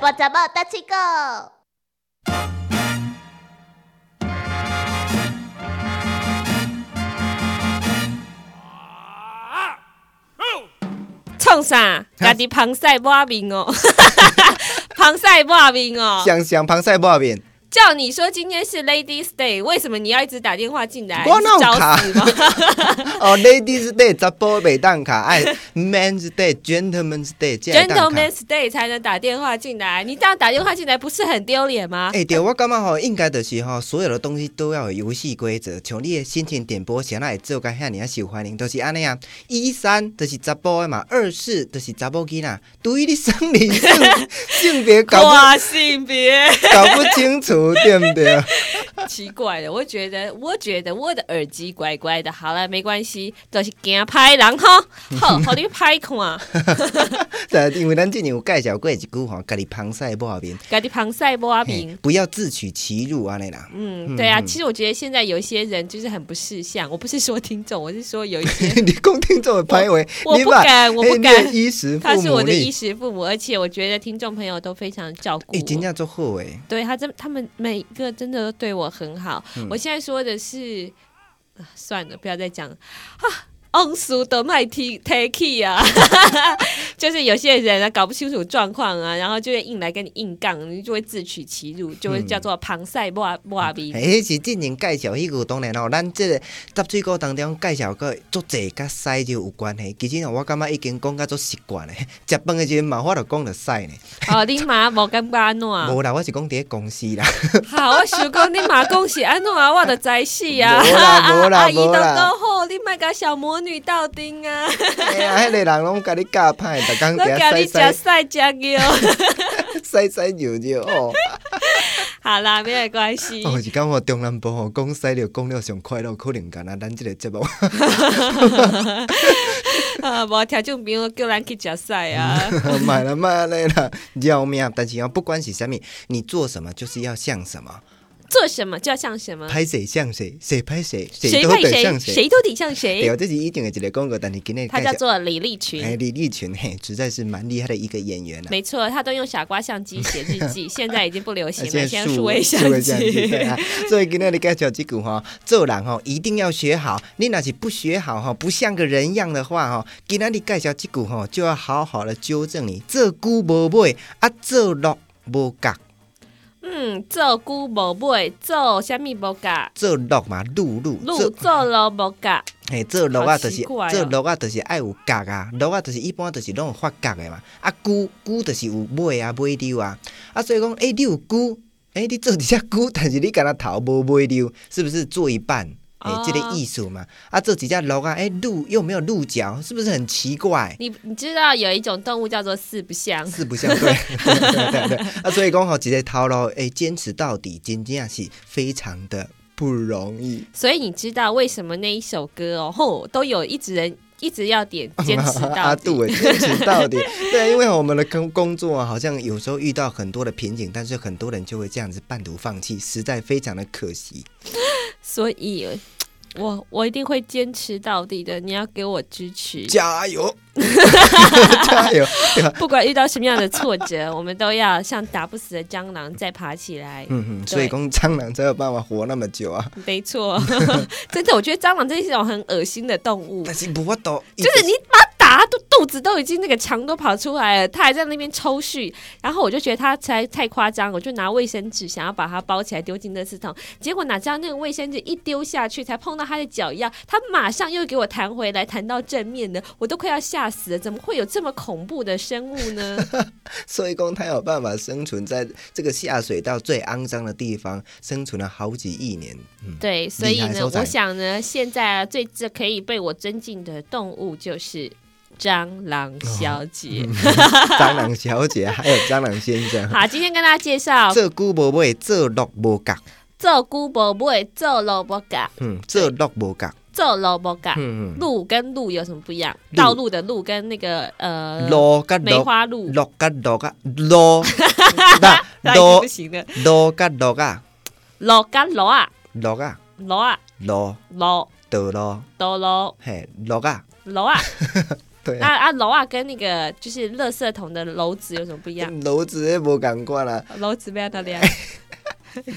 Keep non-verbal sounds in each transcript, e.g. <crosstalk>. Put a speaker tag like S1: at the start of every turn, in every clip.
S1: 波怎么大气 go？
S2: 创啥？家己螃蟹抹面哦， <laughs> 螃蟹抹面哦。
S3: 想想螃蟹泡面，
S2: 叫你说今天是 Ladies Day，为什么你要一直打电话进来？
S3: 我哪有
S2: 是找
S3: 卡
S2: 死 <laughs> 吗
S3: 哦，Ladies Day 查甫袂当卡，哎，Men's Day，Gentlemen's Day，这样当卡。
S2: ？Gentleman's Day 才能打电话进来，你这样打电话进来不是很丢脸吗？
S3: 哎、对，我感觉吼，应该就是吼，所有的东西都要有游戏规则。像你的心情点播，谁来做甲遐尔啊受欢迎，都、就是安尼啊。一三就是查甫的嘛，二四就是查某囡仔。对你生理性性别搞不
S2: 跨性别，
S3: 搞不清楚，对不对？
S2: 奇怪了，我觉得，我觉得我的耳机乖乖的，好了，没关系，都、是惊拍人哈，
S3: <laughs>
S2: 好，好你拍看，
S3: 对，因为咱之前有介绍过一句吼，家己螃蟹不好面，
S2: 家己螃蟹抹
S3: 嘿
S2: 面。
S3: 不要自取其辱安尼啦。
S2: 嗯，对啊，其实我觉得现在有一些人就是很不识相， <laughs> 我不是说听众，我是说有一
S3: <laughs>
S2: 些
S3: 你讲听众的歹话，
S2: 我
S3: 你
S2: 不
S3: 把
S2: 敢我
S3: 嘿
S2: 不
S3: 哎你
S2: 敢
S3: 的衣食
S2: 他
S3: 父
S2: 是我
S3: 母
S2: 的衣
S3: 力，
S2: 食父母，而且我觉得听众朋友都非常照顾我。
S3: 哎，真正做好诶，
S2: 对他真，他们每一个真的都对我很好。
S3: 嗯
S2: 我现在说的是，啊算了，不要再讲了 <laughs> 啊。on 俗的卖 t take 啊， <laughs> 就是有些人啊搞不清楚状况啊，然后就会硬来跟你硬杠，你就会自取其辱，就
S3: 嗯
S2: 会叫做螃蟹抹抹鼻。
S3: 诶，是之前介绍迄句当然吼，咱即个搭水果当中介绍过足济甲屎就有关系。其实吼，我感觉已经讲到足习惯诶，食饭诶时阵嘛，我就讲着屎呢。
S2: <laughs> 哦，你妈无感觉安怎？
S3: 无啦，我是讲伫咧公司啦，
S2: 好，我想讲你妈讲是安怎啊，我就知死啊！
S3: <laughs> 无啦无啦
S2: <laughs> 阿姨都
S3: 无啦
S2: 讲好，你莫甲小魔女斗阵
S3: <laughs>
S2: 啊！
S3: 哎呀，迄个人拢甲你啊教歹，逐工
S2: 我
S3: 伫
S2: 甲你
S3: 遐
S2: 食屎
S3: 屎
S2: 食尿。
S3: <laughs> 屎屎屎尿尿哦。
S2: 好啦，没有关系。
S3: <laughs> 哦，是讲我中南部吼，讲屎尿讲了上快乐，可能敢若咱即个节目。
S2: 啊，无听众朋友叫咱去食屎
S3: 嗯
S2: 啊！
S3: 买了买了啦，要命！但是啊，不管是什么，你做什么就是要像什么，
S2: 做什么就要像什么，
S3: 拍谁像谁，谁拍谁，
S2: 谁
S3: 都
S2: 配
S3: 得
S2: 谁，
S3: 像
S2: 谁。都得像
S3: 对
S2: 谁
S3: 哦，。这是一定的一个广告，但是今天
S2: 他叫做李立群，
S3: 哎李立群，嘿，实在是蛮厉害的一个演员啊。
S2: 没错，他都用傻瓜相机写日记，
S3: <laughs>
S2: 现在已经不流行了，
S3: 在
S2: 现在
S3: 数
S2: 数位
S3: 数
S2: 相
S3: 位相
S2: <laughs>
S3: 机对
S2: 机。
S3: 啊，所以今天你介绍这句哈，做人吼一定要学好，你若是不学好哈，不像个人样的话哈，今天你介绍这句哈，就要好好的纠正你，做久无买啊，做落无角。
S2: 嗯，做久无买，做虾米无价，
S3: 做落嘛，路路
S2: 路
S3: 做
S2: 做了无价。
S3: 嘿，做落啊，
S2: 好
S3: 就是
S2: 奇怪哦
S3: 做落啊，就是爱有角啊，落啊，就是一般就是拢有发角的嘛。啊，龟龟就是有尾啊，尾溜啊。啊，所以讲，诶、你有龟，诶、你做一只龟， <laughs> 但是你敢若头无尾溜，是不是做一半？诶、
S2: 哦
S3: 这个意思嘛。啊，做一只鹿啊，诶、鹿又没有鹿角，是不是很奇怪？
S2: 你你知道有一种动物叫做四不像，
S3: 四
S2: <laughs>
S3: 不像对，对对对对。啊，所以讲吼，一个头路诶，坚持到底，真正是非常的不容易。
S2: 所以你知道为什么那一首歌哦，吼都有一直人一直要点坚持到
S3: <laughs> 阿
S2: 底
S3: 杜。哎，坚持
S2: <laughs>
S3: 到底。对，因为我们的工工作啊，好像有时候遇到很多的瓶颈，但是很多人就会这样子半途放弃，实在非常的可惜。
S2: 所以，我我一定会坚持到底的。你要给我支持，<laughs>
S3: 加油，加油！
S2: 不管遇到什么样的挫折， <laughs> 我们都要像打不死的蟑螂再爬起来。
S3: 嗯嗯，所以
S2: 对
S3: 讲蟑螂才有办法活那么久啊。
S2: 没错， <laughs> 真的，我觉得蟑螂真是一种很恶心的动物
S3: 但。是不法度，
S2: 就是你把它打，它肚肚子都已经那个肠都跑出来了，它还在那边抽搐。然后我就觉得它才太夸张，我就拿卫生纸想要把它包起来丢进垃圾桶，结果哪知道那个卫生纸一丢下去，才碰到它的脚一样，它马上又给我弹回来，弹到正面的，我都快要吓死了！怎么会有这么恐怖的生物呢？ <laughs>
S3: 所以讲它有办法生存在这个下水道最肮脏的地方，生存了好几亿
S2: <laughs>
S3: 年。嗯，
S2: 对，所以
S3: 厉害
S2: 呢，
S3: 收藏
S2: 我想呢，现在啊最最可以被我尊敬的动物就是蟑螂小姐。
S3: 哦蟑螂小姐还有蟑螂先生，
S2: <laughs> 好，今天跟大家介绍
S3: 这久无尾，这落无角。
S2: 做姑婆妹做萝卜干。
S3: 嗯，这落无角。
S2: 做萝卜干，
S3: 嗯嗯，
S2: 路跟路有什么不一样？
S3: 路
S2: 道路的路跟那个呃
S3: 路跟
S2: 梅
S3: 落。
S2: 花鹿，
S3: 落甲落啊，
S2: <laughs>
S3: 落那
S2: 那已经
S3: 落
S2: 不行了。
S3: 落甲落啊，
S2: 路跟路啊，
S3: 落啊，
S2: 路啊，
S3: 落
S2: 路
S3: 倒落，
S2: 道路
S3: <laughs> 嘿，落啊，
S2: 路啊，
S3: 对
S2: 那
S3: 啊，
S2: 啊，楼啊跟那个就是垃圾桶的篓子有什么不一样？
S3: 楼子诶无共款啦，
S2: 嗯篓子不要那样，
S3: 哎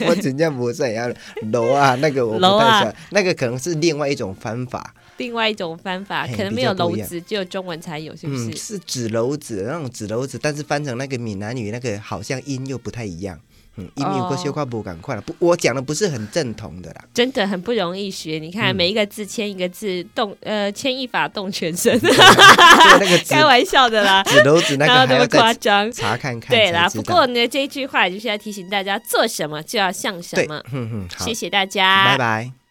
S3: 我真正无怎样。楼啊，那个我不
S2: 楼啊
S3: 太算，那个可能是另外一种方法。
S2: 另外一种翻法，
S3: 嘿
S2: 可能没有
S3: 哎比较不
S2: 篓
S3: 一样
S2: 子，只有中文才有，是不是？
S3: 嗯，是纸篓子那种纸篓子，但是翻成那个闽南语那个好像音又不太一样。嗯，音有个
S2: 哦
S3: 修块不赶快了，啊不，我讲的不是很正统的
S2: <laughs>
S3: 啦。
S2: 真的很不容易学，你看
S3: 嗯
S2: 每一个字签一个字，动呃牵一发动全身，
S3: 所以那个
S2: <laughs>
S3: 纸
S2: 开玩笑的啦，
S3: 纸篓嗯子那
S2: 哪有
S3: 个还
S2: 那
S3: 要
S2: 么夸
S3: 再
S2: 张？
S3: 查看看。
S2: 对啦，
S3: 才
S2: 不
S3: 知道
S2: 过呢这一句话就是要提醒大家，做什么就要像什
S3: 对
S2: 么。，
S3: 嗯嗯，好
S2: 谢，谢大家，啊
S3: 拜拜。